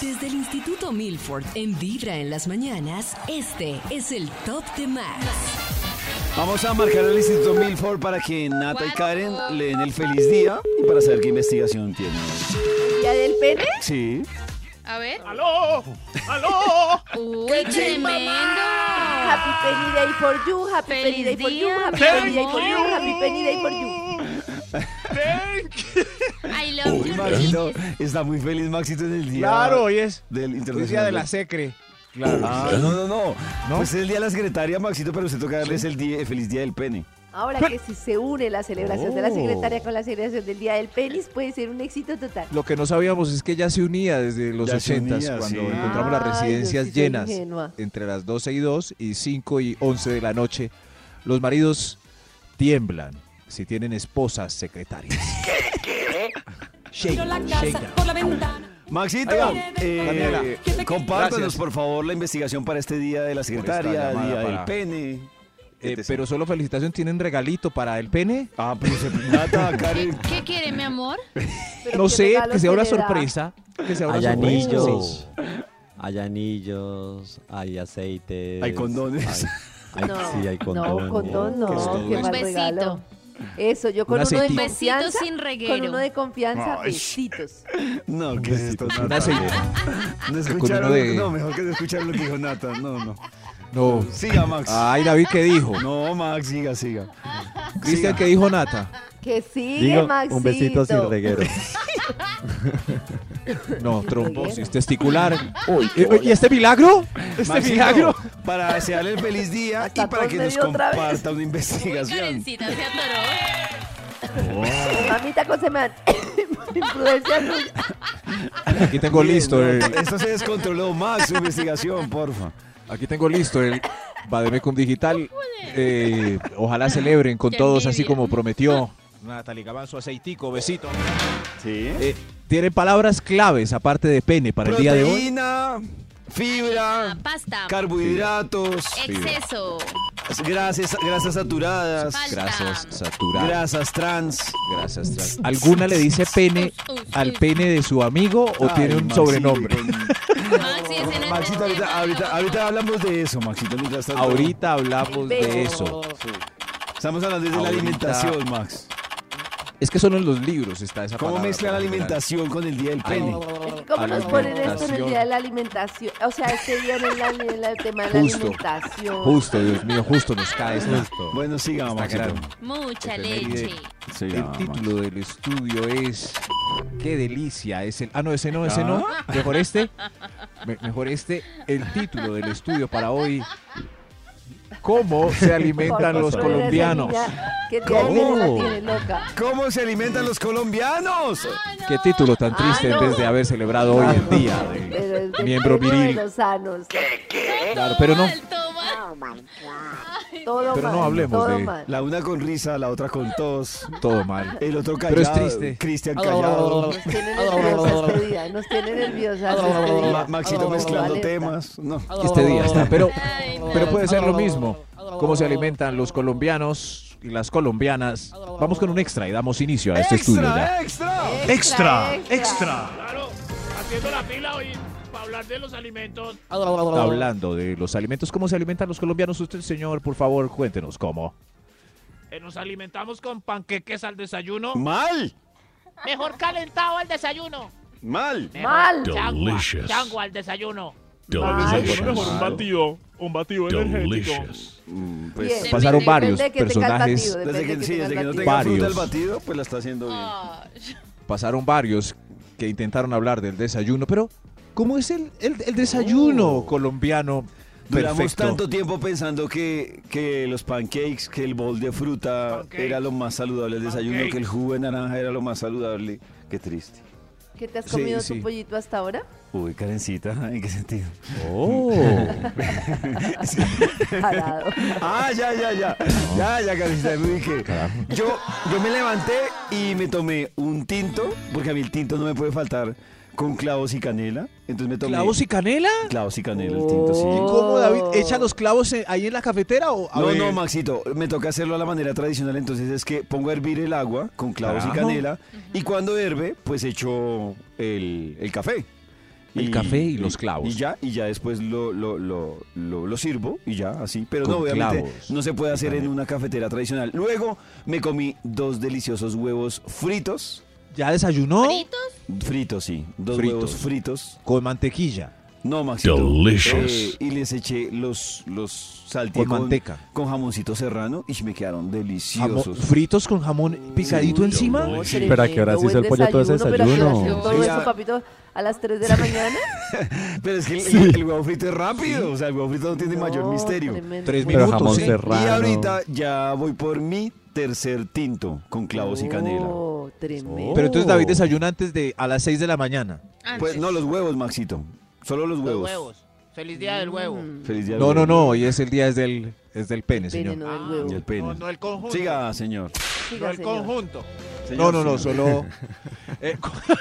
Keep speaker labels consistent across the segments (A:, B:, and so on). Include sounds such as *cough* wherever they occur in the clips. A: Desde el Instituto Milford, en Vibra en las mañanas, este es el Top de Max.
B: Vamos a marcar al Instituto Milford para que Nata y Karen le den el feliz día y para saber qué investigación tienen.
C: ¿Ya del pene?
B: Sí.
D: A ver.
E: ¡Aló! ¡Aló!
D: Uy, tremendo.
C: Happy penny day for you, happy penny
D: Feliz
C: day for you,
D: día,
C: happy
D: mi
C: penny day for
D: amor.
C: you, happy penny day for you.
E: Thank you.
D: I love you.
B: Maxito está muy feliz, Maxito, en el día.
E: Claro, hoy es
B: Del
E: el
B: internacional.
E: día de la secre. Claro.
B: Ah, no, no, no, Pues es el día de la secretaria, Maxito, pero usted toca darles el, día- el feliz día del pene.
C: Ahora que si se une la celebración de la
B: Oh.
C: secretaria con la celebración del Día del Penis, puede ser un éxito total.
E: Lo que no sabíamos es que ya se unía desde los
B: Ya se
E: 80
B: unía,
E: cuando
B: sí.
E: encontramos las
C: Ay, yo
E: residencias
C: sí soy
E: llenas
C: ingenua.
E: entre las 12 y 2 y 5 y 11 de la noche. Los maridos tiemblan si tienen esposas secretarias.
B: *laughs*
E: Shake, shake down.
B: Maxito,
E: Ahí va.
B: eh,
E: Daniela.
B: compártanos
E: Gracias.
B: por favor la investigación para este día de la secretaria,
E: llamada
B: día del
E: para-
B: pene.
E: Eh,
B: etc.
E: pero solo felicitación, ¿tienen regalito para el pene?
B: Ah, pero se Nata, Karen.
D: ¿Qué quiere, mi amor?
C: Pero
E: No
C: qué
E: sé,
C: regalos
E: que sea una
C: le da.
E: sorpresa. Que sea una
F: Hay
E: sorpresa.
F: anillos. Hay anillos, hay aceites.
B: Hay condones.
F: hay- hay-
C: No,
F: sí, hay condones.
C: No, condón
E: Que es
C: no,
E: todo
C: qué
E: eso.
C: mal
D: Un besito.
C: regalo. Eso, yo con
E: Un
C: uno de
E: aceitito.
C: confianza.
D: Besito sin reguero.
C: Con uno de confianza, besitos.
B: No, ¿qué es esto?
E: Un
B: Nata?
E: aceite.
B: No
E: Con
B: escucharon,
E: uno de-
B: no, mejor que no escucharon lo que dijo Nata. No, no.
E: No.
B: Siga, Max.
E: Ay, David, ¿qué dijo?
B: No, Max, siga, siga.
E: Cristian, ¿qué dijo Nata?
C: Que sigue,
F: Digo,
C: Maxito.
F: un besito sin reguero.
E: No, trombosis testicular. Eh, eh, ¿Y este milagro? ¿Este
B: Maxito,
E: milagro?
B: Para desearle el feliz día y
C: Hasta
B: para que
C: dónde
B: nos
C: dio otra vez.
B: comparta una
D: Uy,
B: investigación.
D: Karencita, se atoró.
C: Mamita con semejan. Imprudencia tuya.
E: Aquí tengo
B: Bien,
E: listo eh. el,
B: Nata, Esto se descontroló, Max, su investigación, porfa.
E: aquí tengo listo el Bademecum Digital. Eh, ojalá celebren con
D: Qué
E: todos así
D: envidia.
E: como prometió. Natalie Gabanzo, aceitico, besito.
B: Sí.
E: Eh, Tiene palabras claves aparte de pene para el día de hoy.
B: Proteína, fibra,
D: Ah, Pasta.
B: carbohidratos,
D: Exceso.
B: grasas, grasas saturadas,
D: Pal-
E: Grasas saturadas.
B: grasas trans.
E: Grasas trans. ¿Alguna le dice pene al pene de su amigo o
B: Ay,
E: tiene un
B: Maxito,
E: sobrenombre?
D: Maxi, ese no es el
B: Maxito, ahorita,
D: tema.
B: ahorita, ahorita hablamos de eso, Maxito. mientras tanto.
E: Ahorita hablamos de
C: Pero-
E: eso.
B: Estamos hablando de la
E: Ahorita.
B: alimentación, Max.
E: Es que solo en los libros está esa
B: ¿Cómo
E: palabra,
B: mezcla la
E: por lo general.
B: alimentación con el día del
E: Ay,
B: pene?
C: Es que ¿Cómo nos ponen esto en el día de la alimentación? O sea, este día en el, en el tema de la
E: Justo.
C: alimentación.
E: Justo, Dios mío, justo nos cae esto.
B: Bueno, sigamos,
E: Está
B: Maxito.
E: grande.
D: Mucha
E: Efeméride.
D: leche.
B: Sigamos,
E: El
B: Max.
E: título del estudio es Qué delicia es el Ah, no, ese no, ese no. Mejor este. Me- mejor este. El título del estudio para hoy ¿Cómo se alimentan los
C: Por poner a esa
E: colombianos?
C: niña Que el día del pene la
B: ¿Cómo?
C: tiene loca.
B: ¿Cómo se alimentan los colombianos?
E: Qué título tan triste
C: Ah, no.
E: en vez de haber celebrado hoy el día
C: *laughs*
E: de
C: Pero es de
E: miembro
C: pelo de
E: viril.
C: los sanos.
E: Claro, pero no,
D: Alto, Max.
C: Todo
E: Pero no
C: mal,
E: hablemos
C: todo
E: de-
C: mal.
B: La una con risa, la otra con tos.
E: todo mal.
B: El otro
E: Pero
B: callado.
E: es triste.
B: Cristian callado.
C: Nos tiene nerviosas este día. Nos tiene nerviosas este día.
B: Ma- Maxito mezclando
C: Alerta.
B: temas. No.
E: Este día está, pero
D: Ay, no.
E: Pero puede ser lo mismo. ¿Cómo se alimentan los colombianos y las colombianas? Vamos con un extra y damos inicio a este estudio. ya.
B: ¡Extra, extra!
C: Extra, extra.
G: Claro, haciendo la pila hoy para hablar de los alimentos.
E: Hablando de los alimentos, ¿cómo se alimentan los colombianos? Usted, señor, por favor, cuéntenos cómo.
G: eh, nos alimentamos con panqueques al desayuno.
B: ¡Mal!
G: Mejor calentado al desayuno.
B: ¡Mal!
C: Mal.
G: Changua, changua al desayuno.
H: Mejor un batido, un batido energético.
C: Bien.
E: Pues Pasaron varios
C: Depende que tenga el
E: personajes,
C: batido,
B: Pues, Desde que,
C: depende
B: sí,
C: tenga el
B: desde que no
C: batido.
B: tenga fruta el
E: Varios.
B: batido, pues la está haciendo bien.
E: pasaron varios que intentaron hablar del desayuno, pero ¿cómo es el, el- el desayuno colombiano?
B: Duramos
E: Perfecto.
B: tanto tiempo pensando que, que los pancakes, que el bol de fruta
G: Pancakes.
B: era lo más saludable, el desayuno, que el
G: Pancakes.
B: jugo de naranja era lo más saludable. Qué triste.
C: ¿Qué te has
E: Sí,
C: comido
E: sí.
C: tu pollito hasta ahora?
B: Uy, Karencita, *laughs* ¿en qué sentido?
E: Oh. *laughs*
C: Parado.
B: Ah, ya, ya, ya. Ya, ya, Karencita, lo dije. Yo, yo me levanté y me tomé un tinto, porque a mí el tinto no me puede faltar, con clavos y canela. Entonces me tomé
E: ¿Clavos y canela? Oh.
B: clavos y canela, el tinto, sí.
E: ¿Y cómo, David? ¿Echa los clavos en- ahí en la cafetera o a
B: no,
E: ver?
B: no, Maxito, me toca hacerlo a la manera tradicional, entonces es que pongo a hervir el agua con clavos y
E: Claro.
B: canela y cuando herve, pues echo el, el café.
E: El café y los clavos.
B: Y ya, y ya después lo, lo, lo, lo- lo sirvo y ya, así. Pero
E: Con
B: no, obviamente
E: clavos
B: no se puede
E: y
B: hacer en
E: canela.
B: una cafetera tradicional. Luego me comí dos deliciosos huevos fritos.
E: ¿Ya desayunó?
D: ¿Fritos?
B: Fritos, sí. Dos
E: Fritos.
B: huevos fritos.
E: Con mantequilla.
B: No, Maxito.
H: Delicious.
B: Eh, y les eché los, los salteé
E: Con manteca.
B: Con jamoncito serrano y me quedaron
E: Jamón-
B: deliciosos.
E: fritos con jamón picadito encima.
H: Uy, sí.
F: Pero ¿a
C: Eh,
F: qué hora se hizo el pollo todo ese
C: Pero ¿a qué hora se hizo
F: desayuno?
C: todo
B: Sí,
C: eso,
B: ya.
C: papito? ¿A las 3 de la mañana?
B: Pero es que el, el huevo frito es rápido. O sea, el huevo frito no tiene mayor
C: No,
B: misterio.
C: tremendo.
E: Tres
C: Muy
F: Pero
E: Minutos,
F: jamón
E: sí.
F: serrano.
B: Y ahorita ya voy por mi tercer tinto con clavos y canela.
C: Oh, tremendo.
E: Pero entonces David desayuna antes de a las 6 de la mañana.
D: Antes.
B: Pues no, los huevos, Maxito. Solo los
G: Los
B: huevos.
G: huevos. Feliz día del huevo.
C: Mm.
B: Feliz día.
E: No,
B: del
E: no,
B: huevo.
E: no, hoy es el día es del, es del pene, señor.
C: Veneno del huevo.
B: Ah, Y el pene.
G: No, no el conjunto.
B: Siga, señor.
G: No
C: Siga,
G: el
C: señor.
G: conjunto.
E: No, no, no,
B: Señor,
E: solo... eh,
B: siga.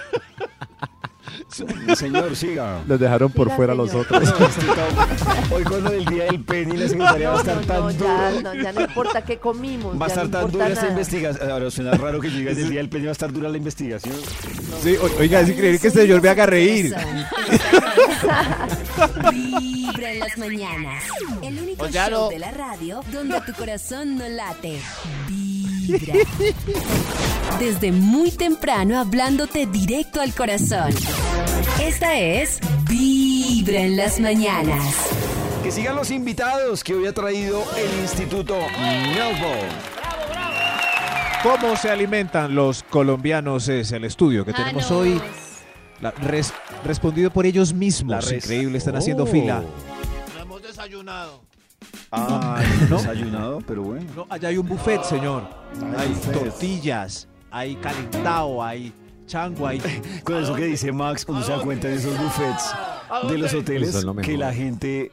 B: *laughs* Señor, siga.
F: *laughs* Los dejaron por
C: Mira,
F: fuera los
C: señor.
F: otros.
B: No, es que todo- Hoy con lo del día del pene y la secretaria va a estar tan
C: No,
B: dura.
C: ya, no, ya no importa qué comimos.
B: Va a
C: pues, ya no
B: estar tan
C: importa
B: dura esta
C: nada.
B: investigación. Ahora suena raro que yo diga el día
C: *laughs*
B: del pene va a estar dura la investigación.
E: sí, o- oiga, es increíble que este señor me haga reír.
A: Vibra en las mañanas. El único
G: O ya
A: show
G: no.
A: de la radio donde tu corazón no late. Vibra. Desde muy temprano hablándote directo al corazón. Esta es Vibra en las mañanas.
B: Que sigan los invitados que hoy ha traído el Instituto Melbourne.
E: ¿Cómo se alimentan los colombianos? Es el estudio
D: Ah,
E: que tenemos
D: Janos.
E: hoy. La- res- respondido por ellos mismos.
B: res-
E: Increíble, están haciendo
B: Oh.
E: fila.
G: No hemos desayunado.
B: Ah,
E: ¿No?
B: desayunado, pero bueno.
E: No, allá hay un buffet, señor. Hay
B: buffet.
E: tortillas, hay calentado, hay chango, hay...
B: Con eso que dice Max, uno se da cuenta de esos buffets de los hoteles
F: Son lo mejor.
B: que la gente,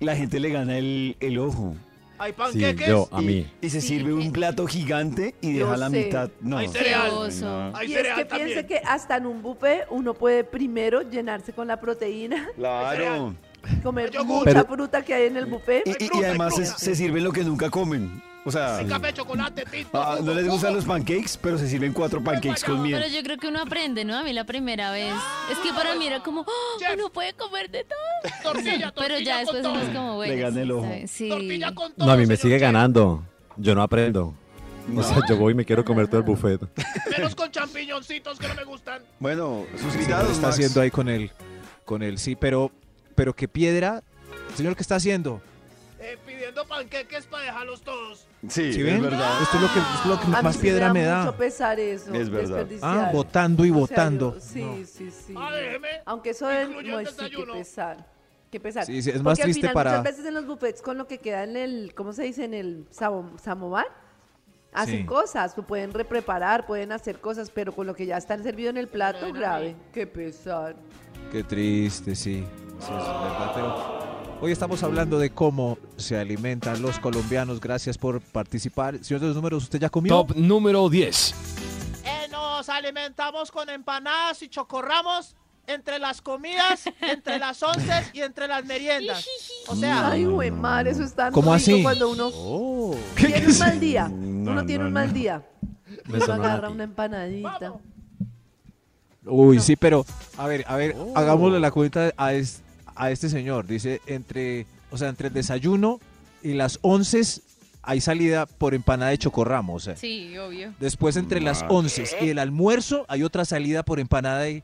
B: la gente le gana el, el ojo.
G: Hay
F: Sí,
G: panqueques.
F: yo, a
B: Y-
F: mí.
B: Y, se sirve un plato gigante y
C: Yo
B: deja la
C: sé.
B: mitad. No.
G: Hay
D: Qué
G: cereal.
D: oso.
G: Hay
C: Y es que
G: cereal
C: piense
G: también.
C: que hasta en un buffet uno puede primero llenarse con la proteína, *laughs*
B: Claro.
C: comer
G: Yogur.
C: mucha fruta que hay en el buffet.
B: Y, y- y además se, se sirven lo que nunca comen. O sea,
G: Hay café, chocolate, tinto.
B: ah, no
G: jugo,
B: les gustan
G: jugo.
B: los pancakes, pero se sirven cuatro pancakes con
D: Pero
B: miel.
D: yo creo que uno aprende, ¿no? A mí la primera vez. Es que para mí era como, ¡oh!
G: Chef.
D: uno puede comer de todo.
G: Tortilla, tortilla
D: Pero ya
G: con
D: después
G: todo.
D: uno es como, bueno.
B: Le gané el
D: sí,
B: ojo.
D: sabe, Sí.
G: Tortilla con todo.
F: No, a mí me
G: señor
F: sigue
G: chef.
F: ganando. Yo no aprendo. O sea, yo voy y me quiero comer todo el buffet.
G: Menos con champiñoncitos que no me gustan.
B: Bueno, sus
E: Señor,
B: invitados,
E: está
B: Max.
E: haciendo ahí con él? Con él, sí, pero, pero qué piedra. Señor, ¿qué está haciendo?
G: Eh, pidiendo panqueques para dejarlos todos.
B: Sí,
E: ¿Sí
B: es
E: ven? Ah,
B: verdad.
E: Esto es lo que, es lo que
C: A mí
E: más
C: sí
E: piedra me
C: Mucho
E: da.
C: pesar eso.
B: Es verdad.
E: Ah,
C: desperdiciar.
E: votando y
C: O sea,
E: votando.
C: yo- sí,
E: No.
C: sí, sí.
G: Ah, déjeme.
C: Aunque eso es,
G: Incluye
C: no
G: el
C: es sí, qué
G: desayuno.
C: pesar. Qué pesar.
E: Sí, sí, es
C: Porque
E: más
C: al
E: triste
C: final
E: para-
C: Muchas veces en los buffets con lo que queda en el, ¿cómo se dice? En el samo- samovar, hacen
E: Sí.
C: cosas, pues, pueden repreparar, pueden hacer cosas, pero con lo que ya está servido en el plato, grave. Qué pesar.
E: Qué triste, sí. Sí, es verdad, pero Hoy estamos hablando de cómo se alimentan los colombianos. Gracias por participar. Señor de los números, ¿usted ya comió?
I: Top número 10.
G: Eh, nos alimentamos con empanadas y chocorramos entre las
C: *laughs*
G: comidas, entre las onces y entre las meriendas. O sea,
C: Ay, güey, mar, eso es tan
E: ¿Cómo
C: rico
E: así?
C: cuando uno
E: Oh.
C: tiene un mal día.
B: No,
C: uno tiene
B: no,
C: un
B: no.
C: mal día.
F: Me
C: Uno
F: sonó a
C: agarra
F: ti.
C: una empanadita.
E: Uy, sí, pero a ver, a ver,
B: Oh.
E: hagámosle la cuenta a, es- a este señor. Dice, entre, o sea, entre el desayuno y las 11 hay salida por empanada de chocorramo. O sea,
D: Sí, obvio.
E: después entre las 11 y el almuerzo hay otra salida por empanada y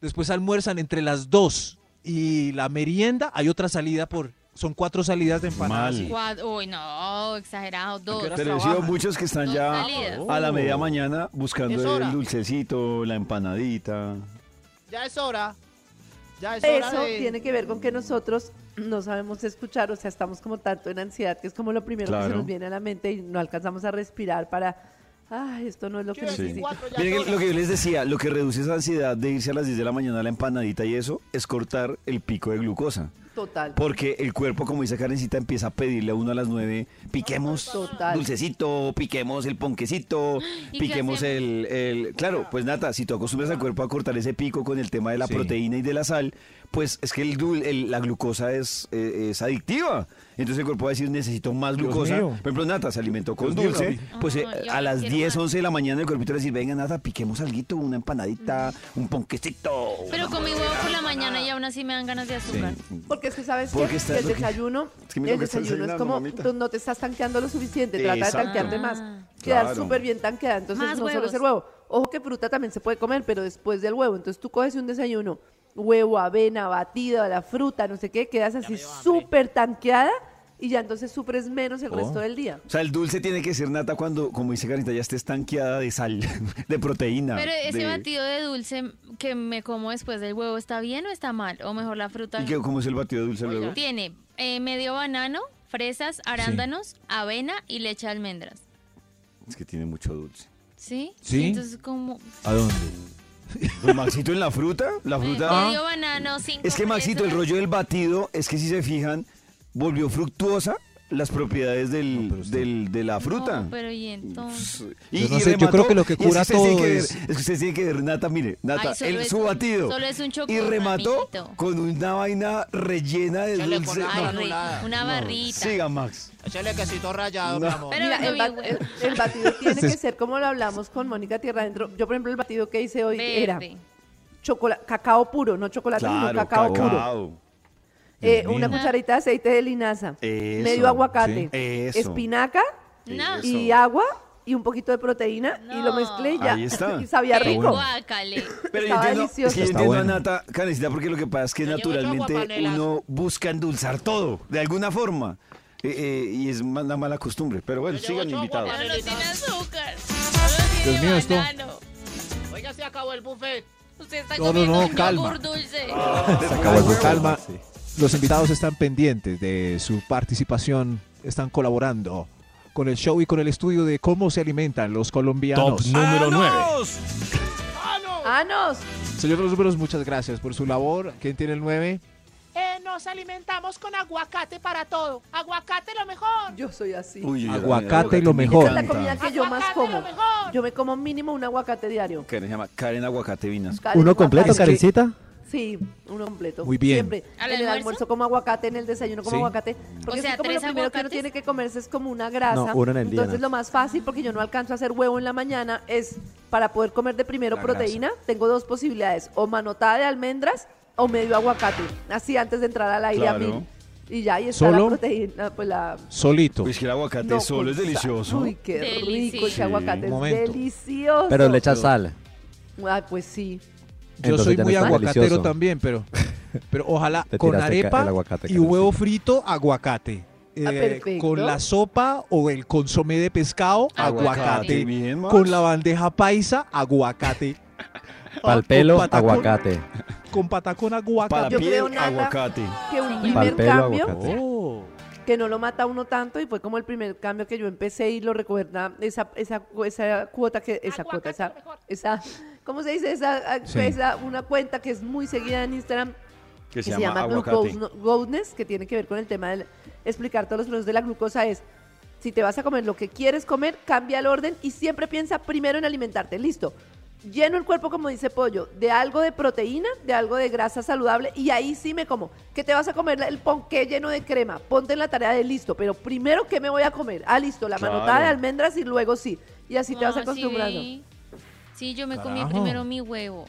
E: después almuerzan entre las 2 y la merienda hay otra salida por... Son cuatro salidas de empanadas.
B: Mal.
D: Cuad- Uy, no, exagerado. Dos.
B: Pero he sido muchos que están
D: Dos
B: ya
D: salidas.
B: a
E: Oh.
B: la media mañana buscando
G: Es hora.
B: el dulcecito, la empanadita.
G: ya es hora. Ya es hora
C: Eso
G: de-
C: tiene que ver con que nosotros no sabemos escuchar, o sea, estamos como tanto en ansiedad, que es como lo primero que
B: Claro.
C: se nos viene a la mente y no alcanzamos a respirar para Ay, esto no es lo que
G: Sí.
C: necesito.
B: Miren que lo que yo les decía, lo que reduce esa ansiedad de irse a las 10 de la mañana a la empanadita y eso es cortar el pico de glucosa.
C: Total.
B: Porque el cuerpo, como dice Karencita, empieza a pedirle a uno a las 9, piquemos
C: Total.
B: dulcecito, piquemos el ponquecito,
D: *gasps* ¿Y qué
B: piquemos
D: hacemos? Ah.
B: el, el- Claro, pues Nata, si tú acostumbras al cuerpo a cortar ese pico con el tema de la
E: Sí.
B: proteína y de la sal, pues es que el, dul- el- la glucosa es, eh, es adictiva. Entonces el cuerpo va a decir, necesito más
E: Dios
B: glucosa.
E: mío.
B: Por ejemplo, Nata se alimentó con
E: Dios mío,
B: dulce,
E: Gaby.
B: pues eh,
D: Ay, Ah, yo
B: a
D: no
B: las
D: quiero
B: 10,
D: más.
B: 11 de la mañana el cuerpito le va a decir, venga Nata, piquemos alguito, una empanadita, un ponquecito.
D: Mm. Pero comí huevo por la mañana y aún así me dan ganas de azúcar.
C: Porque es que sabes
B: Porque
C: qué?
B: estás
C: que el
B: lo que-
C: desayuno,
B: Es que mira
C: el
B: lo que estás
C: desayuno es
B: desayunando,
C: como
B: mamita.
C: tú no te estás tanqueando lo suficiente, trata de
B: Exacto.
C: tanquearte más,
D: Ah.
C: quedar
B: Claro.
C: súper bien tanqueada, entonces
D: Más
C: no solo es el
D: huevos.
C: huevo, ojo que fruta también se puede comer, pero después del huevo, entonces tú coges un desayuno, huevo, avena, batida, la fruta, no sé qué, quedas así súper tanqueada y ya entonces sufres menos
B: Oh.
C: el resto del día.
B: O sea, el dulce tiene que ser nata cuando, como dice Carita, ya esté estanqueada de sal, *laughs* de proteína.
D: Pero ese
B: de-
D: batido de dulce que me como después del huevo, ¿está bien o está mal? O mejor la fruta.
B: ¿Y qué, cómo es el batido de dulce luego?
D: Tiene eh, medio banano, fresas, arándanos, avena y leche de almendras.
B: Es que tiene mucho dulce.
D: ¿Sí?
E: Sí.
D: Entonces como
E: ¿A dónde?
B: Pues, Maxito en la fruta, la
D: eh,
B: fruta...
D: medio banano, cinco
B: Es que Maxito, el
D: fresas.
B: rollo del batido, es que si se fijan, volvió fructuosa las propiedades del, del- de la fruta.
D: No, pero y entonces.
B: Y,
E: Yo no
B: y
E: sé, yo creo que lo que
B: y es
E: cura
B: ustedes tienen
E: todo
B: que ver-
E: es-
B: que ustedes tienen que ver, Nata, mire, Nata,
D: Ay, solo
B: el-
D: es
B: su
D: un-
B: batido.
D: solo es un
B: Y
D: chocorrón,
B: remató
D: amiguito.
B: con una vaina rellena de
G: Se le
B: dulce.
G: pone
D: Ay,
G: No,
D: rico,
G: nada.
D: una barrita.
B: Siga, Max.
G: Échale quesito rallado,
B: No.
G: mi amor.
D: Pero
C: Mira,
D: no
C: el,
D: vi
C: bat-
D: huevo.
C: el- el
B: *laughs*
C: batido tiene que ser como lo hablamos con Mónica Tierra Adentro. Yo, por ejemplo, el batido que hice hoy *laughs* era
D: Verde.
C: chocola- cacao puro, no chocolate, sino cacao, puro. Eh,
E: Dios
C: una
E: mío.
C: cucharadita de aceite de linaza,
B: Eso,
C: medio aguacate,
B: sí. Eso.
C: espinaca
D: No.
B: Eso.
C: y agua y un poquito de proteína y lo
D: No.
C: mezclé y ya.
B: Ahí está.
C: *laughs* Y sabía
D: Qué
C: rico.
D: guácale.
B: Pero yo entiendo, es
C: Estaba
B: que yo
C: delicioso.
F: Está
B: entiendo
F: bueno.
B: a Nata Canecita porque lo que pasa es que
G: Yo llevo otro
B: naturalmente
G: aguapanelazo.
B: uno busca endulzar todo, de alguna forma. Eh, eh, y es ma- una mala costumbre. Pero bueno,
G: Yo llevo
B: sigan
G: otro
B: invitados.
D: Pero no
G: Nelita.
D: tiene azúcar.
E: Dios mío, esto-
D: banano.
G: Oiga, se acabó el buffet.
D: Usted está
E: No, no,
D: comiendo
E: no,
D: un
E: calma.
D: yogur dulce.
E: Se acabó el calma. Los invitados están pendientes de su participación, están colaborando con el show y con el estudio de cómo se alimentan los colombianos.
H: número 9.
C: ¡Anos!
E: Ah, Señor de los números, muchas gracias por su labor. ¿Quién tiene el 9?
G: Eh, nos alimentamos con aguacate para todo. Aguacate lo mejor.
C: Yo soy así.
B: Uy, uy, uy,
E: Aguacate
B: uy,
E: lo
B: uy, me
E: mejor.
C: Esa es la
B: encanta.
C: comida que yo más
G: Aguacate,
C: como.
G: lo mejor.
C: Yo me como mínimo un aguacate diario.
B: Karen se llama Karen Aguacate Vinas.
C: Karen,
F: ¿Uno
E: Ah,
F: completo,
C: aguacate.
F: Karencita?
C: Sí, uno completo.
E: Muy bien.
C: Siempre. En
D: ¿Al
C: el almuerzo?
D: almuerzo?
C: como aguacate, en el desayuno como
E: Sí.
C: aguacate. Porque
D: sea,
C: es que como
D: ¿tres
C: lo primero que uno
D: aguacates?
C: tiene que comerse es como una grasa.
F: No, uno en el día,
C: Entonces
F: Nata.
C: lo más fácil, porque yo no alcanzo a hacer huevo en la mañana, es para poder comer de primero
E: La
C: proteína, tengo dos posibilidades, o manotada de almendras o medio aguacate. Así antes de entrar al aire a
B: Claro.
C: mil. Y ya, ahí está
E: ¿Solo?
C: la proteína, pues la...
E: Solito.
B: Pues que el aguacate
C: no,
B: solo es
C: con sal.
B: delicioso.
C: Uy, qué rico
D: Delicioso.
C: ese aguacate, es
E: Momento.
C: delicioso.
F: Pero le echa sal.
C: Ay, pues sí.
E: Yo
F: Entonces
E: soy
F: ya no
E: muy
F: está
E: aguacatero
F: delicioso.
E: también,
F: *laughs*
E: pero, pero ojalá
F: Te
E: con
F: tiraste ca- el
E: arepa
F: aguacate,
E: y huevo
F: Karencita.
E: frito, aguacate.
C: Ah,
E: Eh,
C: perfecto.
E: con la sopa o el consomé de pescado,
D: Aguacate.
E: aguacate.
B: Bien, Max.
E: con la bandeja paisa, aguacate.
F: *laughs* Pal
E: Con
F: pelo,
E: patacón-
F: aguacate.
E: Con patacón
B: Para
E: aguacate.
C: Yo creo,
B: piel,
C: Nata,
B: aguacate.
C: Que un
F: Pal
C: primer
F: pelo,
C: cambio...
F: aguacate.
E: Oh.
C: que no lo mata uno tanto y fue como el primer cambio que yo empecé y lo recuerda esa esa esa cuota que esa cuota esa, esa ¿cómo se dice esa, a-
E: Sí.
C: esa- una cuenta que es muy seguida en Instagram
B: Que
C: que
B: se llama
C: Blue
B: aguacate.
C: Gousen- Goudness, que tiene que ver con el tema de explicar todos los procesos de la glucosa es si te vas a comer lo que quieres comer, cambia el orden y siempre piensa primero en alimentarte. Listo. Lleno el cuerpo, como dice Pollo, de algo de proteína, de algo de grasa saludable y ahí sí me como. Que te vas a comer el ponqué lleno de crema. Ponte en la tarea de listo, pero primero, ¿qué me voy a comer? Ah, listo, la
B: Claro.
C: manotada de almendras y luego sí. Y así te vas
D: No, Ah, sí
C: acostumbrando.
D: vi. Sí, yo me comí
E: Carajo.
D: primero mi huevo.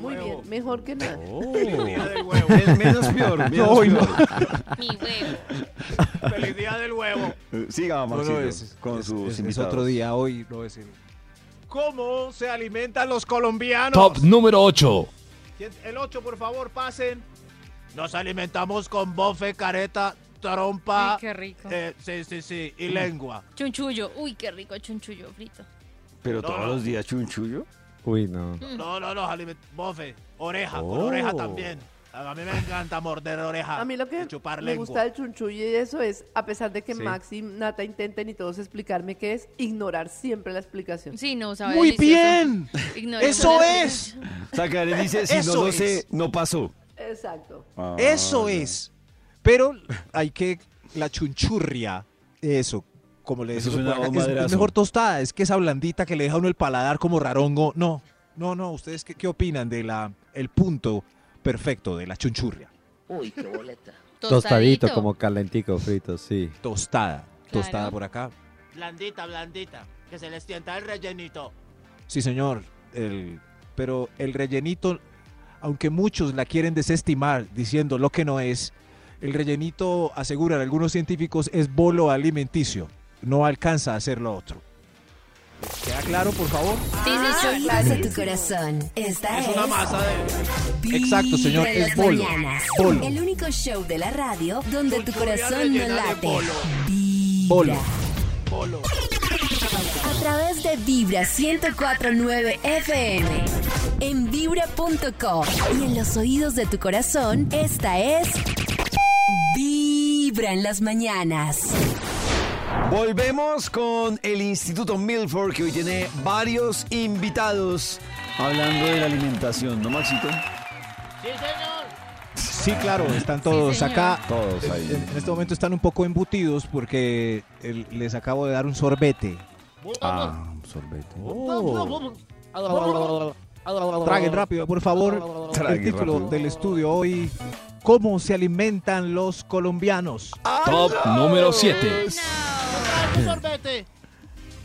C: Muy bien, mejor que nada.
G: Día del huevo.
B: El menos
E: *laughs*
B: peor. menos
E: No, y no.
B: peor.
D: Mi huevo.
G: Feliz día del huevo.
B: Eh, Siga,
E: No, no,
B: Maxito,
E: es-
B: con
E: es-
B: sus
E: es- es
B: invitados.
E: otro día hoy, no es el-
G: ¿Cómo se alimentan los colombianos?
I: Top número 8.
G: ¿Quién- El 8, por favor, pasen. Nos alimentamos con bofe, careta, trompa.
D: Ay, qué rico.
G: eh, sí, sí, sí. Y lengua.
D: Chunchullo. Uy, qué rico chunchullo frito.
B: Pero
G: No,
B: todos
G: no.
B: los días chunchullo.
F: Uy, no.
G: No, no, no, aliment- bofe. Oreja, con oreja también. A mí me encanta morder oreja.
C: A mí lo
G: y
C: que
G: Ah, chupar
C: me
G: lengua.
C: gusta del chunchullo y eso es, a pesar de que
E: Sí.
C: Max y Nata intenten y todos explicarme qué es, ignorar siempre la explicación.
D: Sí, no, sabe
G: Muy
D: delicioso.
G: bien.
D: Ignoremos
G: Eso
D: la-
G: es.
B: O sea, Karen dice, si no
G: Eso
B: lo
G: es.
B: sé, no pasó.
C: Exacto.
B: Ah.
E: Eso es. Pero hay que la chunchurria, eso, como le
B: Eso
E: decimos
B: suena
E: por acá,
B: a un
E: que es, es
B: madrazo.
E: mejor tostada, es que esa blandita que le deja a uno el paladar como rarongo. No, no, no, ustedes qué, qué opinan de la el punto perfecto de la chunchurria,
F: Tostadito, como calentico frito, sí.
E: tostada, tostada
D: Claro.
E: por acá.
G: Blandita, blandita. Que se les tienta el rellenito.
E: Sí, señor, el- pero el rellenito aunque muchos la quieren desestimar diciendo lo que no es, el rellenito aseguran algunos científicos es bolo alimenticio, no alcanza a ser lo otro. ¿Queda claro, por favor?
D: Sí,
G: Ah,
D: señor.
A: Oídos de tu corazón. Esta
G: Es una masa de.
A: Vibra
E: Exacto, señor,
A: en
E: es
A: las
E: bolo,
A: mañanas.
E: bolo.
A: El único show de la radio donde tu
G: Chunchurria
A: corazón no
G: rellena de
A: late.
G: bolo.
A: Vibra.
E: Bolo.
G: Bolo.
A: A través de Vibra 1049 FM. En vibra.com. Y en los oídos de tu corazón, esta es. Vibra en las mañanas.
B: Volvemos con el Instituto Milford, que hoy tiene varios invitados hablando de la alimentación, ¿no, Maxito?
G: Sí, señor.
E: Sí, claro, están todos
D: señor.
E: acá.
B: Todos
C: Eh,
E: En, en este momento están un poco embutidos porque el- les acabo de dar un sorbete.
F: Ah, un sorbete.
C: Oh.
H: Oh.
I: Oh.
E: Traguen rápido, por favor. el
B: Traguen
E: título
B: rápido.
E: del estudio hoy, ¿Cómo se alimentan los colombianos?
I: Top número 7.
G: Trae tu sorbete.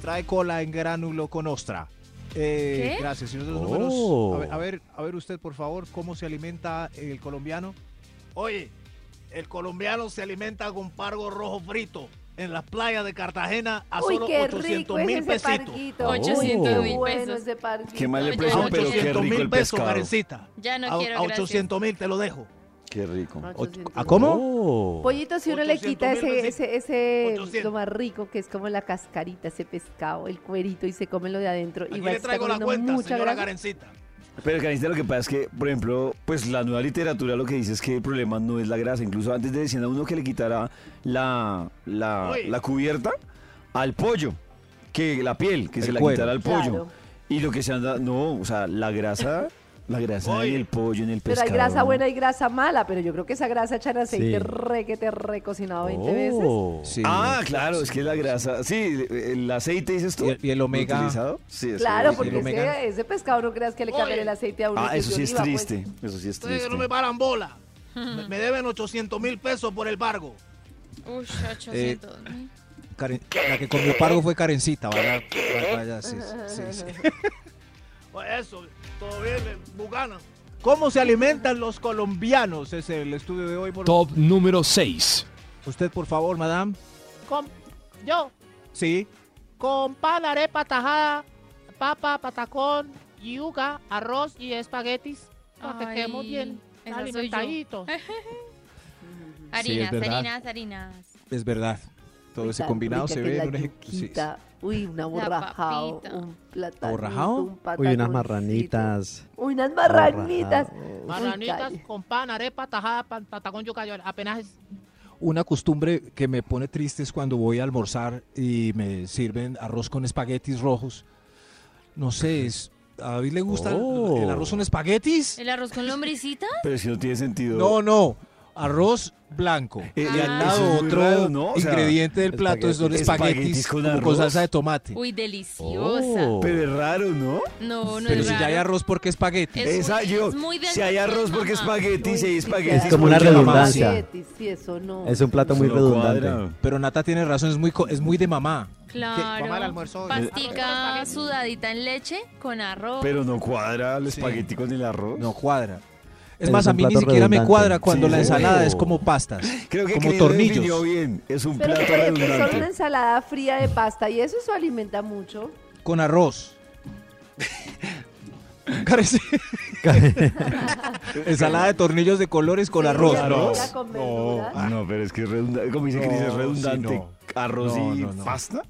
E: Trae cola en gránulo con ostra. Eh,
D: ¿Qué?
E: Gracias, señor de los
F: Oh.
E: números. A ver, a ver, a ver usted, por favor, ¿cómo se alimenta el colombiano?
G: Oye, el colombiano se alimenta con pargo rojo frito en las playas de Cartagena a
C: Uy,
G: solo
C: qué
G: 800
C: rico es
G: mil
C: ese
G: pesitos. Ah,
C: parguito.
D: 800 mil
C: Uy, qué bueno
D: pesos.
C: ese parguito.
B: Qué mal le
D: Oye,
B: precio,
G: A
D: no,
B: pero qué
G: 800
B: rico el
G: mil pesos,
B: pescado.
G: Karencita.
D: Ya no
G: a,
D: quiero,
G: a
D: gracias.
G: 800 mil te lo dejo.
B: Qué rico.
C: Ah.
E: ¿A
C: 800.
E: cómo?
C: Pollito, si uno le quita
G: 800 mil
C: ese, ese, ese,
G: 800.
C: lo más rico que es como la cascarita, ese pescado, el cuerito y se come lo de adentro.
G: Aquí
C: Igual
G: le
C: está
G: traigo la
C: comiendo
G: cuenta,
C: mucha
G: señora
C: grasa.
G: Karencita.
B: Pero Karencita, lo que pasa es que, por ejemplo, pues la nueva literatura lo que dice es que el problema no es la grasa. Incluso antes le decían a uno que le quitara la, la,
G: Uy.
B: la cubierta al pollo, que la piel, que
E: El
B: se la
E: cuero.
B: quitara al pollo.
C: Claro.
B: Y lo que se anda, no, o sea, la grasa, la grasa
G: Uy.
B: en el pollo, en el
C: Pero
B: pescado.
C: hay grasa buena y grasa mala, pero yo creo que esa grasa hecha en aceite
F: Sí.
C: re que te recocinado 20 veces.
F: Oh.
E: Sí.
B: Ah, claro, es que la grasa, sí, el aceite dices tú.
E: ¿Y el- y el
B: ¿Lo
E: omega?
B: utilizado? Sí, eso
C: Claro,
B: es.
C: porque
E: lo me gana.
C: ese, ese pescado no creas que le cambia
G: Oye.
C: el aceite a uno.
B: Ah,
C: que
B: eso sí
C: de
B: es
C: oliva, pues.
B: triste, eso sí es
G: Ustedes
B: triste.
G: que no me
C: *laughs*
G: paran bola. Me, me deben 800 mil pesos por el bargo.
D: Uy, 800 mil.
E: Karen- la que comió pargo fue Karencita, vaya, vaya, sí, sí, sí.
G: *laughs* O Pues Eso, todo bien, eh, Bucana.
E: ¿Cómo se alimentan los colombianos? Es el estudio de hoy. Por...
I: Top número 6.
E: Usted, por favor, madame.
G: Con, yo,
E: Sí.
G: con pan, arepa, tajada, papa, patacón, yuca, arroz y espaguetis. Para que
D: Ay,
G: quedemos bien
D: esa soy yo. Eh.
G: alimentaditos.
D: Harinas,
F: verdad.
D: harinas, harinas.
E: Es verdad. Todo
C: Uy,
E: ese
C: tan
E: combinado
C: rica
E: se
C: que
E: ve
C: es
E: en
C: la
E: una ejecu- sí, sí.
C: yuquita. Uy, una borrajao,
D: papita.
C: un plátano.
E: ¿Borrajao?
C: Un
F: Uy, unas
C: pataconcito.
F: marranitas.
C: Uy, unas marranitas.
F: Borrajao.
C: Uy,
G: Marranitas
C: calle.
G: con pan, arepa, tajada, pan- patacón, yuca. yo Apenas es-
E: Una costumbre que me pone triste es cuando voy a almorzar y me sirven arroz con espaguetis rojos. No sé, es- ¿a David le gusta el-
F: Oh.
E: el arroz con espaguetis?
D: ¿El arroz con lombricita?
B: Pero si no tiene sentido.
E: No, no. Arroz blanco.
B: Eh,
E: y al
D: ah.
E: lado
B: eso es muy
E: otro
B: raro, ¿no? O sea,
E: ingrediente del plato es son
B: espaguetis.
E: espaguetis
B: Espaguetis con
E: como con,
B: arroz.
E: salsa de tomate.
D: Uy, deliciosa.
F: Oh.
B: Pero es raro, ¿no?
D: No, no
E: Pero
D: es
E: si ya hay
D: raro.
E: arroz, ¿por qué espagueti?
D: Es
B: Esa,
D: muy-
B: yo,
D: es muy de
B: si hay arroz porque
D: mamá.
B: espagueti, si hay
C: Uy, sí,
B: espaguetis
C: claro.
F: como una
B: porque mamá.
F: redundancia.
C: Espaguetis, sí, eso no.
F: Es un plato muy
B: Solo
F: redundante.
B: cuadra.
E: Pero Nata tiene razón, es muy, co- es muy de mamá.
D: Claro.
E: Mamá, el almuerzo hoy.
D: Pastica sudadita en leche con arroz.
B: Pero no cuadra el espagueti con el arroz.
E: No cuadra. Es
F: Es
E: más, a
F: un
E: mí ni
F: plato
E: siquiera me
F: redundante.
E: cuadra cuando
B: Sí,
E: la
B: sí.
E: ensalada
B: Oh.
E: es como pastas,
B: *laughs* Creo que
E: como
B: Cris lo definió
E: tornillos.
B: bien. Es un
C: Pero
B: plato
C: por ejemplo, solo una
B: redundante.
C: ensalada fría de pasta y eso, eso alimenta mucho.
B: *laughs*
E: Con arroz. Carece- *laughs* ensalada de tornillos de colores con
C: Sí,
E: arroz.
C: con arroz.
E: No.
C: Con verduras.
B: ah, No, pero es que es redundante. Como dice Cris,
E: No,
B: es
E: sí,
B: redundante.
E: no.
B: Arroz
E: No,
B: y
E: no, no.
B: pasta.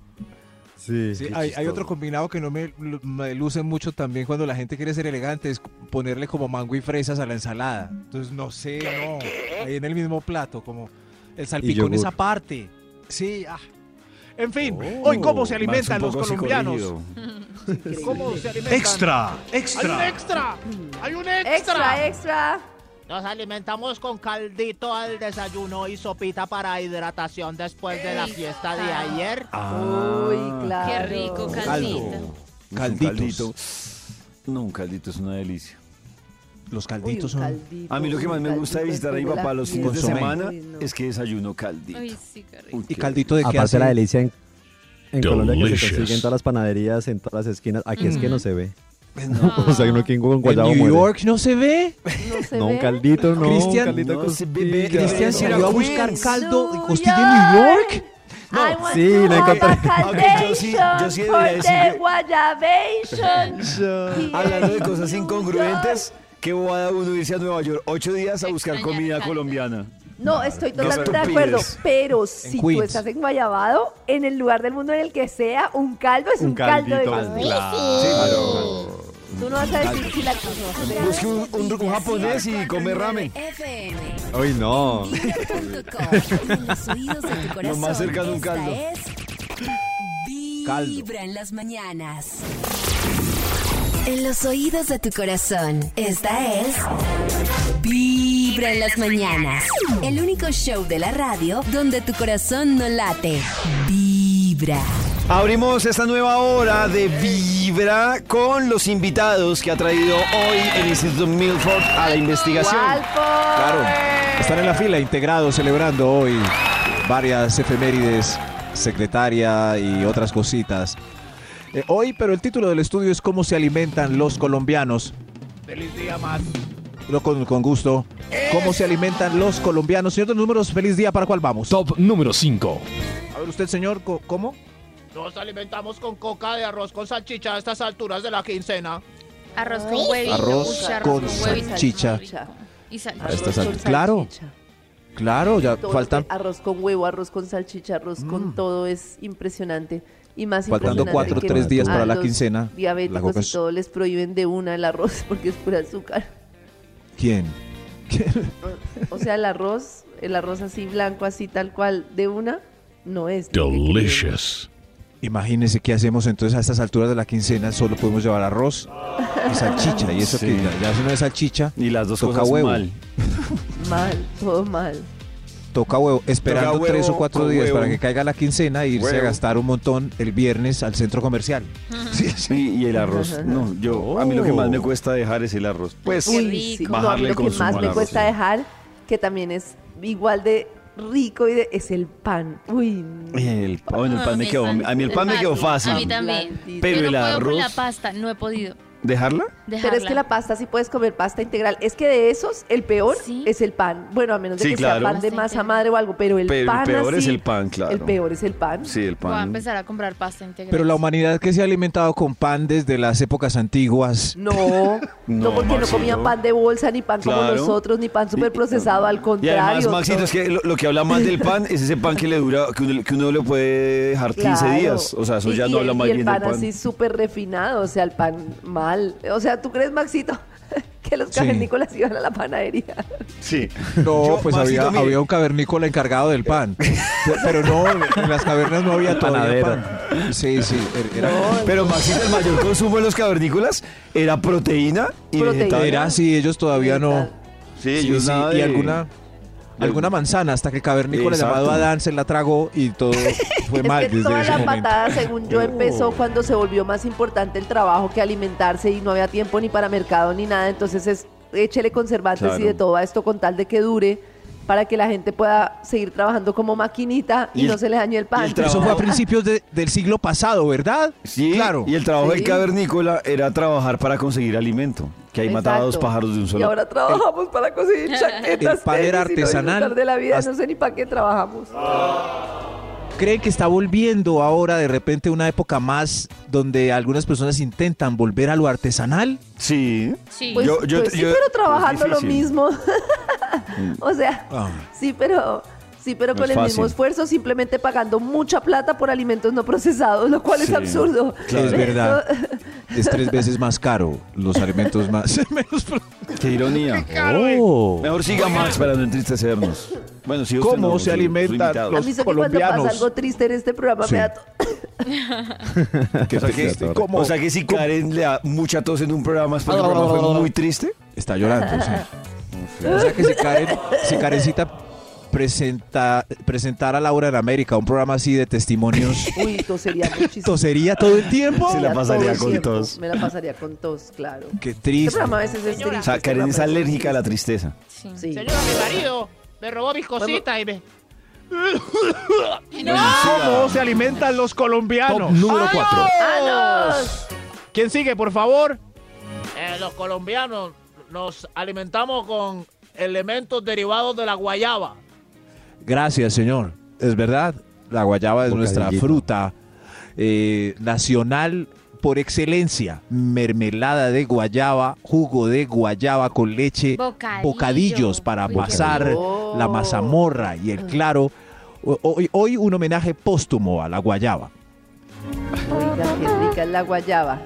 F: Sí.
E: Sí,
F: qué
E: hay, hay
F: chistoso.
E: otro combinado que no me, lu- me luce mucho también cuando la gente quiere ser elegante, es ponerle como mango y fresas a la ensalada. Entonces, no sé, no. Ahí en el mismo plato, como el salpicón es
F: yogur.
E: aparte. Sí, ah. En fin, hoy cómo se alimentan los colombianos.
G: ¿Cómo se alimentan? ¡Hay un extra! ¡Hay un extra!
C: Extra, eh. extra.
G: Nos alimentamos con caldito al desayuno y sopita para hidratación después de la fiesta de ayer.
B: Ah.
C: Uy, claro.
D: Qué rico, caldito.
E: Calditos.
B: Caldito. No, un caldito es una delicia.
E: Los
C: Uy, un
E: calditos son.
C: caldito,
B: A mí lo que
C: un
B: más me gusta de
C: caldito
B: visitar a mi
C: después de
B: papá
C: la
B: los fines de
C: fiesta.
E: Consomé.
B: semana
C: Uy, no.
B: es que desayuno caldito.
D: Ay, sí, qué rico.
B: Uy,
E: ¿Y
B: qué
E: caldito de qué
F: Aparte
E: hace?
F: la delicia en, en Colombia que se
I: Delicious.
F: consigue en todas las panaderías, en todas las esquinas. Aquí es que no se ve. *laughs*
D: Ah.
F: o sea, uno que con
E: ¿En
F: guayabo
E: New
F: muere.
E: York no se ve?
C: No se
F: No, un
C: ve.
F: caldito, no.
E: Cristian,
F: un caldito
B: no,
F: con
B: se ve-
F: costilla.
E: Cristian
B: no.
E: salió a
B: Pero
E: buscar
C: Queens,
E: caldo de
C: New
E: costilla en New York.
C: I
F: No,
C: want
F: sí,
C: to
F: no
C: have
F: encontré.
C: a
B: Aunque yo sí- yo sí
C: caldation
B: debería
C: for
B: decir
C: the
B: que-
C: guayabation.
B: Hablando de
C: Yes,
B: cosas
C: New
B: incongruentes, qué bobada uno irse a Nueva York ocho días a buscar
D: Extrañar
B: comida
D: tanto.
B: colombiana.
C: No, estoy totalmente de
B: estupides.
C: acuerdo. Pero si tú
E: Queens.
C: estás en Guayabado, en el lugar del mundo en el que sea, un caldo es un,
F: Un
C: caldo de
F: caldito.
C: costilla.
F: Claro.
C: Tú no vas a decir si la no vas a decir.
B: Busque un, un- un japonés y come ramen.
A: FM.
F: Ay, no.
A: Vibra.com. En los oídos de tu corazón.
B: más cercano a un caldo.
A: Esta es
E: Caldo.
A: Vibra en las mañanas. En los oídos de tu corazón. Esta es Vibra en las mañanas. El único show de la radio donde tu corazón no late. Vibra.
B: Abrimos esta nueva hora de Vibra con los invitados que ha traído hoy el Instituto Milford a la investigación.
C: Walford.
B: Claro.
E: Están en la fila integrados celebrando hoy varias efemérides, secretaria y otras cositas. Eh, hoy, pero el título del estudio es ¿Cómo se alimentan los colombianos? ¡Feliz día, man! Lo con, con gusto. ¿Cómo se alimentan los colombianos? Señor de los números, feliz día. ¿Para cuál vamos?
I: Top número 5.
E: A ver, usted, señor, co- ¿cómo?
G: Nos alimentamos con coca de arroz con salchicha a estas alturas de la quincena.
D: Arroz con huevito.
E: Arroz
D: uy,
E: con
D: huevito.
E: salchicha.
D: Y
E: A
D: salchicha.
E: estas
C: Arroz con
E: alturas. Claro.
C: salchicha.
E: Claro, ya
C: Todo
E: faltan,
C: este Arroz con huevo, arroz con salchicha, arroz con todo es impresionante. Y más
E: faltando
C: impresionante
E: cuatro o
C: que
E: tres días
C: a
E: para la
C: los
E: quincena. La
C: Diabéticos
E: coca
C: y
E: es-
C: todo les prohíben de una el arroz *laughs* porque es pura azúcar.
E: ¿Quién?
C: O sea, el arroz, el arroz así blanco, así tal cual, de una, no es. lo que queremos.
I: Delicious.
E: Imagínense qué hacemos entonces a estas alturas de la quincena, solo podemos llevar arroz y salchicha. Y eso
B: Sí.
E: que ya, ya si no es salchicha,
B: Y las dos
E: Toca
B: cosas
E: huevo.
B: mal.
C: Mal, todo mal.
E: toca huevo, esperando
B: Toca huevo
E: tres o cuatro
B: con
E: días
B: huevo.
E: para que caiga la quincena e irse a
B: Huevo.
E: gastar un montón el viernes al centro comercial.
B: *laughs* Sí, Oh. sí, y el arroz. No, yo a mí lo que más me cuesta dejar es el arroz. Pues
D: Uy,
C: sí.
D: rico.
C: No, a mí
B: bajarle
C: lo
B: el
C: que
B: consumo
C: más
B: al
C: me
B: arroz,
C: cuesta
B: sí.
C: dejar, que también es igual de rico y de, es el pan. Uy, no.
B: el, pa- bueno, el pan me
D: Ah,
B: quedó,
D: el pan.
B: a mí el pan me quedó
D: A mí
B: fácil.
D: también.
B: Pero
D: Yo
B: el
D: no puedo con la
B: arroz-
D: pasta, no he podido.
B: ¿Dejarla?
D: Dejarla.
C: Pero es que la pasta sí puedes comer pasta integral. Es que de esos, el peor
D: Sí.
C: es el pan. Bueno, a menos de
B: Sí,
C: que
B: claro.
C: sea pan de
D: Pasta
C: masa
D: integral.
C: madre o algo, pero el
B: Pero el
C: pan
B: peor es
C: así,
B: el pan, claro.
C: El peor es el pan.
B: Sí, el
D: Voy a
B: pan.
D: empezar a comprar pasta integral.
E: Pero la humanidad que se ha alimentado con pan desde las épocas antiguas.
C: No, no,
B: No,
C: porque no
B: Maxito.
C: comían pan de bolsa, ni pan como
B: Claro.
C: nosotros, ni pan superprocesado, al
B: Y
C: contrario.
B: además, Maxito,
C: no.
B: es que lo, lo que habla más del pan es ese pan que le dura, que uno, que uno le puede dejar 15
C: Claro.
B: días. O sea, eso
C: Y-
B: ya
C: y
B: no
C: el-
B: habla más
C: y el
B: bien
C: pan
B: del pan.
C: así súper refinado, o sea, el pan mal. O sea, ¿tú crees, Maxito, *laughs* que los
E: Sí.
C: cavernícolas iban a la panadería?
B: Sí.
E: No,
B: *laughs* Yo,
E: pues
B: Maxito,
E: había,
B: mire,
E: había un cavernícola encargado del pan.
B: *laughs*
E: Pero no, en las cavernas no había todavía
F: Panadero.
E: pan. Sí, sí, er, era,
B: Pero Maxito, el mayor consumo de los cavernícolas era proteína y
C: Proteína.
B: vegetales.
E: era así, ellos todavía no.
B: Sí,
E: Sí,
B: ellos
E: sí,
B: nada
E: y
B: de-
E: alguna, alguna manzana hasta que Cavernícola
B: Exacto.
E: llamado Adán se la tragó y todo fue mal
C: *laughs* es que
E: desde
C: toda
E: ese
C: la
E: momento.
C: patada, según yo, empezó cuando se volvió más importante el trabajo que alimentarse y no había tiempo ni para mercado ni nada. Entonces es échele conservantes
B: Claro.
C: y de todo a esto con tal de que dure para que la gente pueda seguir trabajando como maquinita y,
B: Y el-
C: no se le dañe el
B: y
C: pan.
B: el
E: Eso
B: trabajo.
E: fue a principios de- del siglo pasado, ¿verdad?
B: Sí,
E: claro.
B: Y el trabajo
C: Sí.
B: del cavernícola era trabajar para conseguir alimento, que ahí mataba a dos
C: Exacto.
B: pájaros de un
C: Y
B: solo.
C: ahora trabajamos para conseguir chaquetas.
E: el pan era
C: tenis y no disfrutar
E: artesanal.
C: de la vida,
E: Hasta-
C: no sé ni para qué trabajamos.
E: ¿Creen que está volviendo ahora de repente una época más donde algunas personas intentan volver a lo artesanal?
B: Sí.
D: Sí.
C: Pues,
B: Yo- yo-
C: pues sí,
B: yo-
C: pero
B: es
C: trabajando lo *laughs*
B: difícil.
C: mismo. o sea,
E: Ah.
C: sí, pero Sí, pero
B: No
C: con
B: es
C: el mismo
B: fácil.
C: esfuerzo, simplemente pagando mucha plata por alimentos no procesados, lo cual
B: Sí,
C: es absurdo.
B: claro.
E: Es verdad. Es tres veces más caro los alimentos más. *laughs* menos pro-
B: *laughs* Qué ironía.
F: Oh.
B: Mejor siga Max para no entristecernos. Bueno, si usted
E: ¿Cómo
B: no,
E: se
B: su- su
E: alimentan
B: invitado.
C: A
E: los-
C: mí sé que cuando
E: colombianos.
C: pasa algo triste en este programa
E: Sí.
C: me da... to-
B: O sea, que,
F: Espectador.
B: o sea que si Karen le da mucha tos en un programa es porque el programa fue muy triste.
E: Está llorando, sí. O sea que si, Karen, si Karencita presenta, presentara Laura en América un programa así de
C: *laughs*
E: testimonios,
C: Uy,
B: *laughs*
C: tosería muchísimo.
E: ¿tosería todo el tiempo?
B: Se la
C: Todo
B: pasaría
C: el
B: con
C: tiempo.
B: tos.
C: Me la pasaría con tos, claro.
E: Qué
C: Este
E: triste.
C: programa a veces es triste.
B: O sea,
C: este
B: Karen es
C: programa
B: alérgica a la tristeza.
D: Sí.
C: Sí.
G: Señora, mi marido me robó mis cositas y me...
H: ¿Cómo se alimentan los
I: Top
H: colombianos?
I: número 4.
H: ¿Quién sigue, por favor?
G: Eh, los colombianos nos alimentamos con elementos derivados de la guayaba.
E: Gracias, señor. Es verdad, la guayaba es nuestra
F: Bocadillito.
E: fruta eh, nacional por excelencia. Mermelada de guayaba, jugo de guayaba con leche,
D: Bocadillo.
E: bocadillos para
D: Uy, qué
E: pasar
C: rico.
E: la mazamorra y el claro. O- Hoy, hoy un homenaje póstumo a la guayaba.
C: Oiga, qué rica es la guayaba.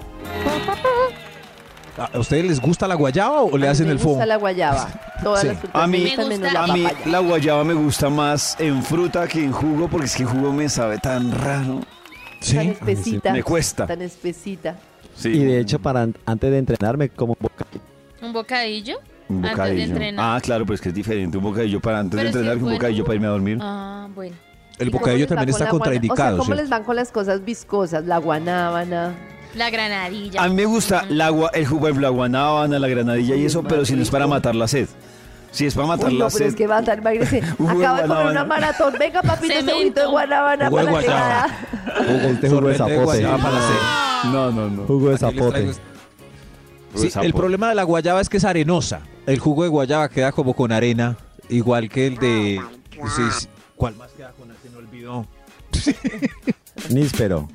E: ¿A a ustedes les gusta la guayaba o le
C: A mí
E: hacen
C: me
E: el fondo?
C: gusta la guayaba. Todas
E: Sí.
C: las frutas
B: A
C: me
B: mí-
C: gustan
D: Me
C: menos
D: gusta.
C: la
B: A mí
C: papaya.
B: la guayaba me gusta más en fruta que en jugo porque es que en jugo me sabe tan raro.
C: Tan
E: Sí.
C: espesita.
B: Me cuesta.
C: Tan espesita.
F: Y de hecho, para an- antes de entrenarme, como
E: *laughs*
F: boca-
D: ¿Un bocadillo?
B: Un
D: Antes de
B: bocadillo.
D: entrenar.
B: Ah, claro, pero es que es diferente un bocadillo para antes de
D: Pero si
B: entrenar que un
D: es bueno.
B: bocadillo para irme a dormir.
D: Ah, bueno.
E: El
C: ¿Y cómo
E: bocadillo
C: les
E: también
C: va con
E: está
C: la guana- O sea,
E: contraindicado.
C: ¿cómo
E: ¿sí?
C: les van con las cosas viscosas? La guanábana.
D: La granadilla.
B: A mí me gusta la, gua- el jugo de la guanábana, la granadilla y
C: Uy,
B: eso,
C: más
B: pero si no es para
C: rico.
B: matar la sed. Si es para
E: Ah,
B: matar
C: Uy,
B: la
C: no, pero
B: sed.
C: es que va a estar, imagínese.
E: *laughs*
B: Jugo de
C: Acaba de comer
B: guanábana.
C: una maratón. Venga, papito, este
D: Cemento.
C: juguito de guanábana
E: Jugo de
C: para la
E: guayaba.
C: quedada.
F: este jugo de
E: Sorbete de
F: zapote.
E: guayaba para la sed.
B: No, no, no.
F: Jugo de
E: Aquí les traigo
F: zapote.
E: este- Sí, el problema de la guayaba es que es arenosa. El jugo de guayaba queda como con arena, igual que el de. sí, sí. ¿Cuál más queda con arena? Se me olvidó. este.
F: Níspero.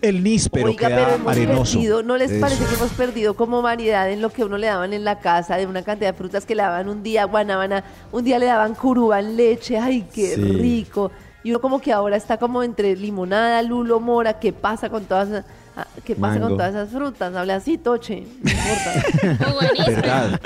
E: El níspero
C: Oiga,
E: queda
C: pero hemos
E: arenoso.
C: perdido, ¿no les
E: Eso.
C: parece que hemos perdido como humanidad en lo que uno le daban en la casa, de una cantidad de frutas que le daban un día guanábana, un día le daban curuba en leche, ay, qué
F: Sí.
C: rico. Y uno como que ahora está como entre limonada, lulo, mora, ¿qué pasa con todas ah, qué pasa
F: Mango.
C: con todas esas frutas? Habla así, toche, no
D: *laughs*
C: importa.
D: Muy buenísimo.
E: Verdad.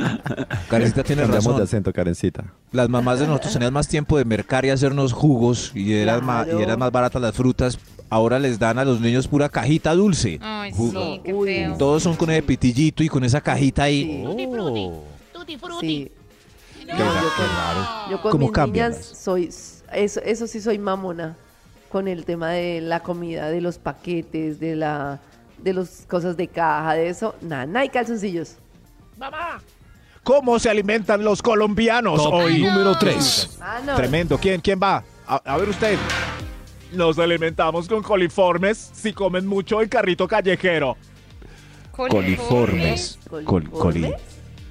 E: Karencita tiene
F: Cambiamos de
E: razón.
F: acento, Karencita.
E: Las mamás de nosotros tenían más tiempo de mercar y hacernos jugos y eran, ma-
C: Claro.
E: y eran más baratas las frutas. Ahora les dan a los niños pura cajita dulce.
D: Ay,
E: Jugo.
D: sí, qué
C: Uy.
D: feo.
E: Todos son con ese pitillito y con esa cajita ahí.
G: Tutti frutti, tutti frutti.
C: Sí.
E: Qué ra- qué raro.
C: Yo con
E: ¿Cómo
C: mis
E: cambian
C: niñas soy, eso, eso sí soy mamona con el tema de la comida, de los paquetes, de la, de las cosas de caja, de eso, nada, y calzoncillos.
G: Mamá,
H: ¿Cómo se alimentan los colombianos
I: Top
H: hoy?
I: número 3.
C: Ah, no.
H: Tremendo. ¿Quién, quién va? A, a ver usted. Nos alimentamos con coliformes si comen mucho en carrito callejero.
E: Coliformes. Col- coli-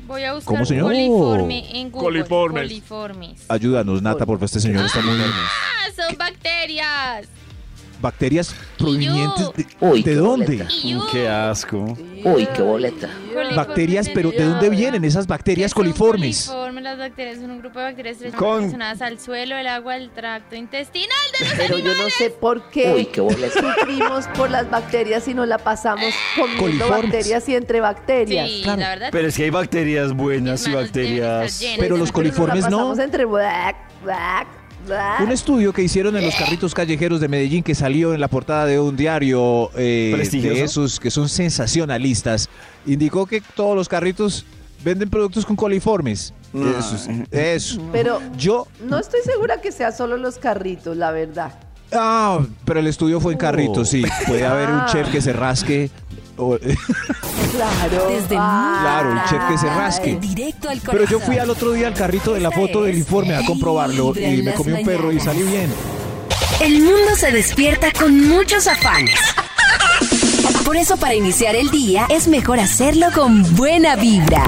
D: Voy a buscar
E: ¿Cómo, señor?
D: coliforme en Google.
H: Coliformes.
D: Coliformes.
E: Ayúdanos, Nata, por favor, este señor está muy...
D: Ah, son bacterias.
E: Bacterias provenientes de,
J: Uy,
E: ¿de
J: qué
E: dónde?
J: boleta.
D: Y yo,
B: Qué asco.
J: Uy, qué boleta.
D: Coliformes
E: Bacterias, pero ¿de dónde
D: enteras.
E: vienen esas bacterias
D: ¿Qué son
E: coliformes?
D: coliformes? las bacterias son un grupo de bacterias
B: Con-
D: relacionadas al suelo, el agua, el tracto intestinal. De los...
C: Pero yo no sé por
J: Uy,
C: qué
J: qué boleta.
C: sufrimos por las bacterias y no la pasamos comiendo
E: Coliformes.
C: bacterias y entre bacterias.
D: Sí,
E: claro.
D: la verdad.
B: Pero es que hay bacterias buenas y
D: Mis manos deben
B: bacterias.
D: estar llenas.
E: Pero los
D: Pero
E: coliformes
C: nos la
E: no.
C: pasamos entre black, black, black.
E: Un estudio que hicieron en los carritos callejeros de Medellín que salió en la portada de un diario eh,
B: Prestigioso.
E: de esos que son sensacionalistas indicó que todos los carritos venden productos con coliformes.
B: No.
E: Eso, es- eso.
C: Pero
E: Yo,
C: no estoy segura que sea solo los carritos, la verdad.
E: ah, pero el estudio fue en carritos, sí. Puede haber un chef que se rasque. o-
C: Claro.
A: Desde
C: Ah,
E: Claro, el chef que se rasque.
A: Directo al corazón.
E: Pero yo fui al otro día al carrito de la foto del informe a comprobarlo y me comí un perro y salí bien.
A: El mundo se despierta con muchos afanes. Por eso para iniciar el día es mejor hacerlo con buena vibra.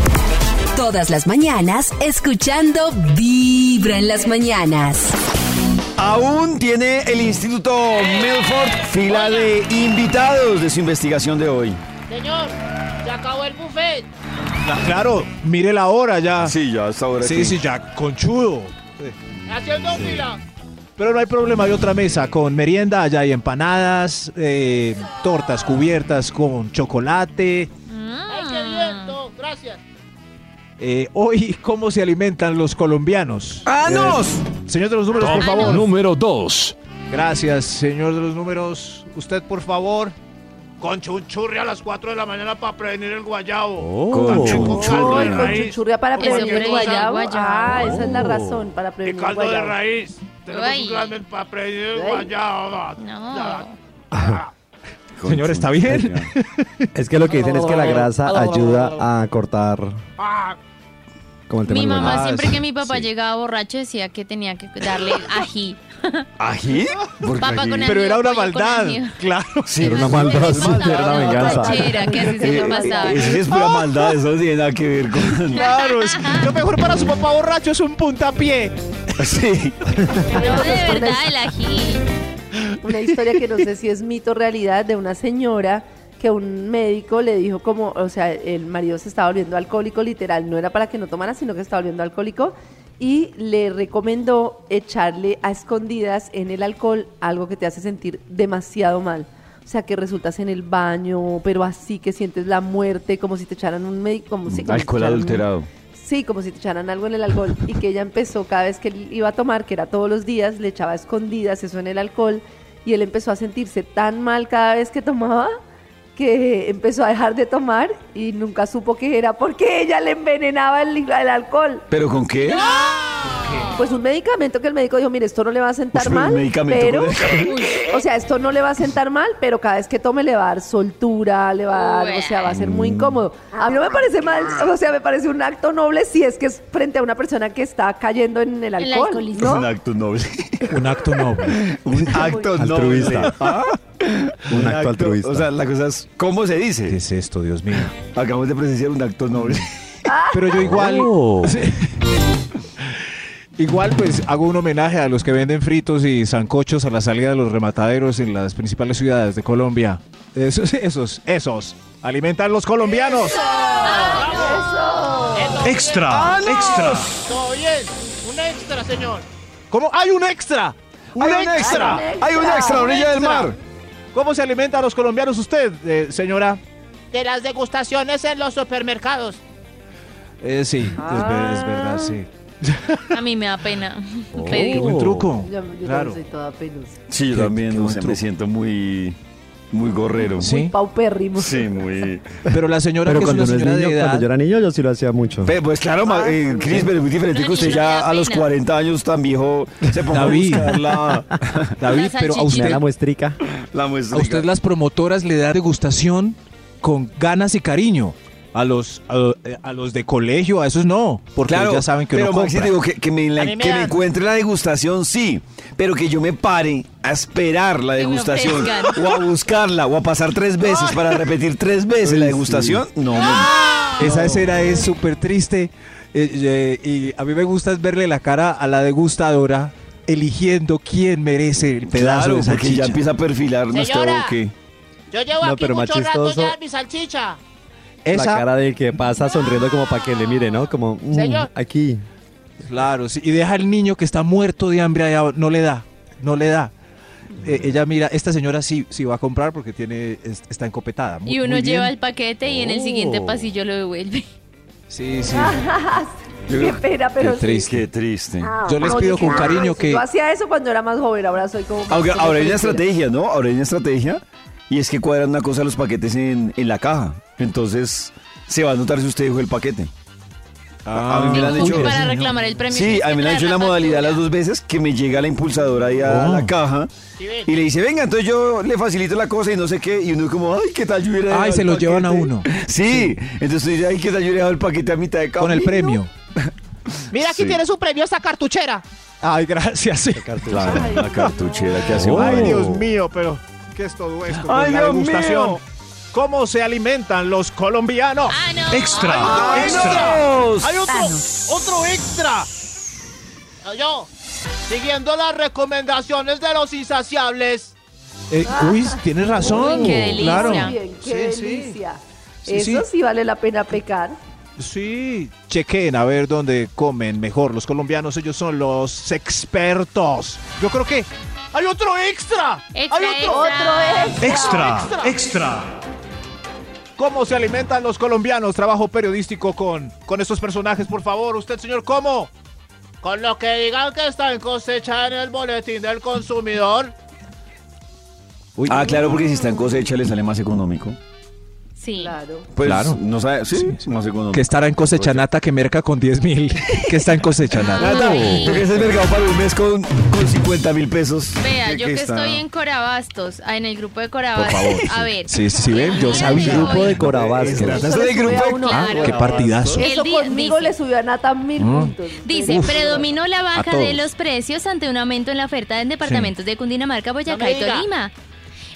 A: Todas las mañanas escuchando Vibra en las mañanas.
B: Aún tiene el Instituto Melford fila de invitados de su investigación de hoy.
G: señor, se acabó el buffet.
H: Ah,
E: Claro, mire la hora ya.
B: Sí, ya hasta ahora.
E: Sí, sí, ya, conchudo.
G: Haciendo fila.
E: Pero no hay problema, hay otra mesa con merienda, allá hay empanadas, eh, tortas cubiertas con chocolate.
G: ¡Ay, qué bien! No, gracias.
E: Eh, hoy, ¿cómo se alimentan los colombianos? Eh,
B: ¡Anos!
E: Señor de los números, por
D: Top
E: favor.
I: Número 2.
E: Gracias, señor de los números. Usted, por favor.
H: Con chunchurri a las 4 de la mañana para prevenir el guayabo.
F: Oh.
H: Caldo de
C: Ay, con
H: raíz.
C: chuchurria para
H: Porque
C: prevenir el
D: siempre dicen
C: guayabo.
D: guayabo.
C: Ah, esa es la razón para
H: Y
C: prevenir el
H: caldo de
C: guayabo.
H: raíz. Tenemos
D: Ay.
H: un ramen para prevenir el
C: Ay.
H: guayabo.
D: No.
E: Señor, ¿está bien?
F: Es que lo que dicen es que la grasa ayuda a cortar. Como el tema
D: Mi
F: del
D: mamá
F: guayabo.
D: siempre que mi papá llegaba borracho decía que tenía que darle ají.
B: ¿Ají? Porque
D: Papá
B: ají-
D: con el
E: Pero era una
D: pollo con
E: maldad,
D: ají.
E: claro.
B: Sí,
F: Era una maldad, era una venganza.
D: Era que así se
B: Eh,
D: le pasaba.
B: Eso sí es pura maldad, eso no tiene nada que ver con...
E: Claro, es- lo mejor para su papá borracho es un puntapié.
B: Sí.
D: No, de verdad, el ají.
C: Una historia que no sé si es mito o realidad de una señora que un médico le dijo como, o sea, el marido se estaba volviendo alcohólico, literal, no era para que no tomara, sino que estaba volviendo alcohólico, y le recomendó echarle a escondidas en el alcohol algo que te hace sentir demasiado mal. O sea, que resultas en el baño, pero así que sientes la muerte, como si te echaran un médico, como si... como si te
B: Alcohol
C: echaran un-
B: adulterado.
C: Sí, como si te echaran algo en el alcohol y que ella empezó cada vez que él iba a tomar, que era todos los días, le echaba a escondidas eso en el alcohol y él empezó a sentirse tan mal cada vez que tomaba que empezó a dejar de tomar y nunca supo que era porque ella le envenenaba el, el alcohol.
B: ¿Pero con qué?
C: Pues un medicamento que el médico dijo, mire, esto no le va a sentar
B: Uy, pero el
C: mal,
B: Pues medicamento
C: pero...
B: con el-
C: O sea, esto no le va a sentar mal, pero cada vez que tome le va a dar soltura, le va a dar, o sea, va a ser
B: Mm.
C: muy incómodo. A mí no me parece mal, o sea, me parece un acto noble si es que es frente a una persona que está cayendo en el
D: El
C: alcohol,
D: alcoholismo.
C: ¿no?
B: Un acto *laughs* noble.
E: Un acto noble.
B: Un acto noble.
F: Altruista.
B: Ah,
F: *laughs* Un acto altruista.
B: O sea, la cosa es, ¿cómo se
E: ¿Qué
B: dice?
E: es esto, Dios mío?
B: Acabamos de presenciar un acto noble.
E: Pero yo igual.
F: Oh.
E: *laughs* Sí. Igual, pues hago un homenaje a los que venden fritos y zancochos a la salida de los remataderos en las principales ciudades de Colombia. Esos, esos, esos. Alimentan los colombianos.
G: Eh,
E: Ah,
H: Extra, extra. Todo bien. Un extra, señor.
E: ¿Cómo? ¡Hay un extra! ¡Un
B: ¡Hay un extra! ¡Hay un extra, orilla del mar!
E: ¿Cómo se alimenta a los colombianos usted, eh, señora?
G: De las degustaciones en los supermercados.
E: Eh, sí, es ver- es, verdad, sí.
D: A mí me da pena
E: Qué
B: Oh,
D: *laughs* pedir.
E: buen truco.
C: Yo, yo
E: claro.
C: soy toda pelusa,
B: Sí, yo
E: Qué-
B: también
E: qué
B: no
E: buen
B: sé,
E: truco.
B: me siento muy, muy gorrero.
E: Sí.
C: paupérrimo.
B: Sí, muy...
E: Pero la señora
F: Pero
E: que es
F: cuando
E: una
F: uno es
E: señora
F: niño,
E: de edad,
F: cuando yo era niño, yo sí lo hacía mucho.
B: Pe- pues claro, ma- eh, Cris, pero es muy diferente que
D: Pero
B: usted
D: niño, me
B: ya
D: da
B: a los
D: pena.
B: 40 años tan viejo se ponga a
E: David.
B: buscar la,
E: *laughs* David, pero a
D: Una
F: Me da
E: usted,
F: la muestrica.
B: la
E: a
B: muestra.
E: usted las promotoras le dan degustación con ganas y cariño. A los, a, a los de colegio, a esos no, porque
B: Claro,
E: ya saben que
B: pero
E: uno compra.
B: Maxi, digo que, que me, la-
G: A mí me
B: que me
G: dan.
B: encuentre la degustación, sí, pero que yo me pare a esperar la
D: Que me
B: degustación
D: ofrezcan.
B: o a buscarla o a pasar tres veces para repetir tres veces la degustación, no, me-
E: Esa escena es súper triste eh, eh, y a mí me gusta es verle la cara a la degustadora eligiendo quién merece el pedazo
B: claro,
E: de
B: porque ya
E: salchicha.
B: empieza a perfilar nuestro
G: Señora.
B: boque.
G: Yo llevo
F: No,
G: aquí
F: pero
G: mucho
F: más
G: rato
F: chistoso-
G: ya mi salchicha.
F: La
E: Esa,
F: cara del que pasa sonriendo como para que le mire, ¿no? Como, mm,
G: Señor.
F: aquí.
E: claro, sí, y deja al niño que está muerto de hambre allá, no le da, no le da. Eh, ella mira, esta señora sí, sí va a comprar porque tiene, es- está encopetada. Muy-
D: Y uno
E: muy bien.
D: lleva el paquete y en el siguiente
E: Oh.
D: pasillo lo devuelve.
E: Sí, sí.
C: Qué pena, pero sí.
B: Qué triste.
E: Yo les
C: Oye,
E: pido con
C: qué
E: cariño
C: vergüenza.
E: que...
C: Yo hacía eso cuando era más joven, ahora soy como...
B: Aunque,
C: como
B: ahora hay una
C: peluquera.
B: estrategia, ¿no? Ahora hay una estrategia y es que cuadran una cosa los paquetes en, en la caja. Entonces se va a notar si usted dijo el paquete.
E: Ah.
B: A- a mí me
D: *laughs*
B: lo han
D: Uy,
B: hecho.
D: para reclamar el premio.
B: Sí,
D: tienes
B: a
D: que
B: mí me han
D: traer
B: hecho en la modalidad
D: factura.
B: las dos veces que me llega la impulsadora ahí a
E: Oh.
B: la caja
G: Sí, ven.
B: y le dice, venga, entonces yo le facilito la cosa y no sé qué. Y uno como, ay, ¿qué tal yo hubiera dejado
E: Ay, se
B: el
E: lo llevan a
B: paquete?"
E: uno.
B: *laughs* Sí, entonces usted dice, ay, ¿qué tal yo hubiera dejado el paquete a mitad de camino?
D: *laughs*
E: Con el premio.
G: Mira, aquí
B: Sí.
G: tiene su premio esta cartuchera.
E: Ay, gracias. sí.
B: Claro, la cartuchera que hace
F: Oh.
B: uno.
H: Ay, Dios mío, pero ¿qué es todo esto? con
B: Ay,
H: la
B: Dios
H: degustación?
B: mío.
H: ¿Cómo se alimentan los colombianos?
D: Ah, no.
H: Extra,
B: ¡Ay,
H: extra.
B: Dios!
H: Hay otro,
A: Thanos.
H: otro extra.
G: Yo, siguiendo las recomendaciones de los insaciables.
E: Eh, uy, tienes razón.
D: Uy, qué delicia.
E: Claro.
C: Muy bien, qué
E: Sí, sí.
C: delicia.
E: Sí,
C: Eso
E: sí.
C: sí vale la pena pecar.
E: Sí, chequen a ver dónde comen mejor. Los colombianos, ellos son los expertos. Yo creo que
G: ¡Hay otro extra!
D: Extra,
G: ¡Hay otro! eh.
D: extra.
H: Extra, extra.
E: cómo se alimentan los colombianos. Trabajo periodístico con, con estos personajes, por favor. Usted, señor, ¿cómo?
G: Con lo que digan que están cosechadas en el boletín del consumidor.
E: Uy,
B: Ah, claro, porque si está en cosecha le sale más económico.
D: Sí.
C: Claro.
B: Pues
E: Claro.
B: no sabe, sí, más económico.
E: Que estará en cosechanata que merca con 10 mil. Que está en cosechanata.
B: Nata,
D: Ay.
B: porque ese mercado para un mes con, con 50 mil pesos.
D: Vea,
B: ¿Qué-
D: yo
B: qué
D: que
B: está?
D: estoy en Corabastos, ah, en el grupo de Corabastos.
E: favor, sí.
D: A ver.
E: Sí, sí, sí, ven, yo
D: El día
E: sabía.
D: de
F: Grupo
D: hoy,
F: de Corabasques.
B: Nata, estoy en grupo.
C: uno.
E: Ah,
D: Claro.
E: qué partidazo.
D: El
C: Eso
D: di-
C: conmigo
D: dice-
C: le subió a Nata mil
E: Mm.
C: puntos.
D: Dice,
E: Uf.
D: predominó la baja
E: todos.
D: de los precios ante un aumento en la oferta en departamentos de Cundinamarca,
G: No
D: Boyacá
G: me
D: y
G: diga.
D: Tolima.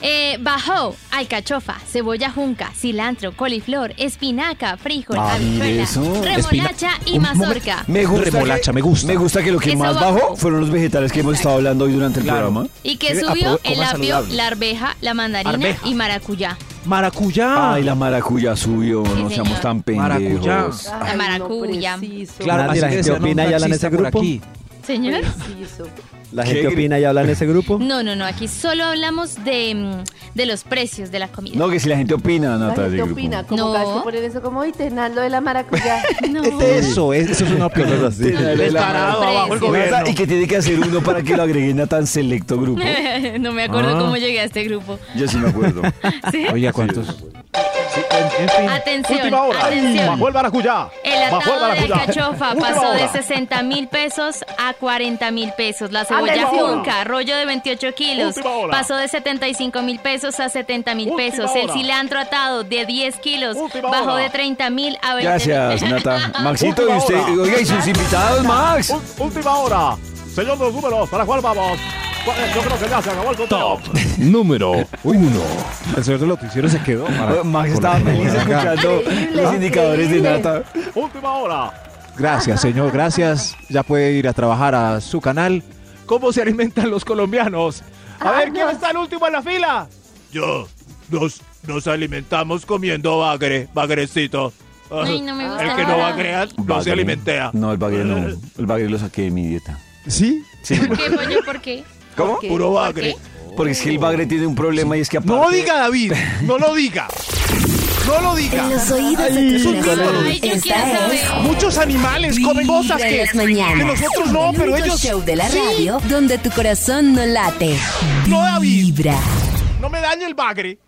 D: Eh, bajó alcachofa, cebolla junca, cilantro, coliflor, espinaca, frijol,
B: Ah, mire
D: habichuela,
B: eso.
D: remolacha y
E: Un momento.
D: mazorca.
B: Me gusta
E: Remolacha,
B: que-
E: me gusta.
B: Me gusta que lo que
D: Eso
B: más
D: bajó.
B: bajó fueron los vegetales que hemos estado hablando hoy durante el
E: Claro.
B: programa.
D: Y que
E: Sí,
D: subió
E: apro-
D: el
E: coma
D: apio,
E: saludable.
D: la arveja, la mandarina
E: Arveja.
D: y maracuyá.
E: Maracuyá.
B: Ay, la maracuya subió, no
D: señor.
B: seamos tan pendejos.
E: Ah. Maracuyá.
C: Ay, no,
D: Maracuya.
C: preciso,
F: Claro, Nadie,
E: así
F: la
E: le
F: gente
E: decían a un
F: opina y habla en
E: taxista
F: ese
E: por
F: grupo.
E: aquí.
D: Señor.
C: preciso.
F: ¿La
B: Qué
F: gente
B: gri-
F: opina y habla en ese grupo?
D: No, no, no, aquí solo hablamos de, mm, de los precios de la comida.
B: No, que si la gente opina,
C: La
B: Nata.
C: gente
B: del grupo.
D: *laughs*
C: opina, como
D: No.
C: cada vez que ponen eso, como, y tenaz lo de la
D: *laughs*
C: maracuyá.
D: No.
E: Eso, es- eso es una opinión.
F: Cosas así.
H: Descarado, abajo el
D: Precio.
H: gobierno.
B: Nata, ¿Y qué tiene que hacer uno para que lo agreguen a tan selecto
D: *laughs*
B: grupo?
D: *laughs* no me acuerdo cómo llegué a este grupo.
B: Yo sí me acuerdo.
D: ¿Sí?
E: Oye, ¿cuántos?
D: Atención,
H: Última hora.
D: atención.
H: Bajó el maracuyá.
D: El
H: Bajó el
D: atado de
H: maracuyá. *laughs*
D: alcachofa
H: Última
D: pasó de
H: hora.
D: 60 mil pesos a 40 mil pesos. La cebolla
C: Última hora.
D: junca, rollo de 28 kilos,
H: Última hora.
D: pasó de 75 mil pesos a 70 mil
H: Última
D: pesos. El
H: hora.
D: cilantro atado de 10 kilos
H: Última
D: bajó
H: hora.
D: de 30 mil a 20
B: Gracias, Nata. Maxito, y
H: Última
B: usted.
H: hora.
B: Oiga, y sus invitados, Max.
H: Ú- Última hora. Señor de los números, ¿para cuál vamos? ¿Cuál es? Yo creo que ya se acabó el conteo.
I: Número 1.
E: El señor del noticiero se quedó.
B: Eh, Max estaba feliz escuchando
C: Increíble,
B: los indicadores de
C: increíble.
B: Nata.
H: *laughs* Última hora.
E: Gracias, señor, gracias. Ya puede ir a trabajar a su canal. ¿Cómo se alimentan los colombianos?
H: A ver, ¿quién
C: no.
H: está el último en la fila? Yo. Nos, nos alimentamos comiendo bagre, bagrecito.
D: Ay, no me gusta
H: el que no
D: nada.
F: Ah.
H: bagrea no se
B: Bagre.
H: alimentea.
B: No, el bagre no. El bagre lo saqué de mi dieta.
E: ¿Sí?
D: ¿Por qué, pollo? ¿Por qué?
B: ¿Cómo?
C: ¿Qué?
H: Puro bagre.
B: Porque es que el bagre tiene un problema y es que aparte...
E: No diga, David, no lo diga. No lo diga.
A: En los oídos de
E: es
A: tu
E: un
A: corazón.
D: Ay, yo quiero
A: Esta es
D: saber.
E: Muchos animales comen
A: Vibra
E: cosas
A: en
E: que,
A: las mañanas.
E: que nosotros no,
A: El
E: pero
A: único
E: ellos
A: show de la
E: sí.
A: radio donde tu corazón no late.
E: No, David.
A: Vibra.
E: No me dañe el bagre.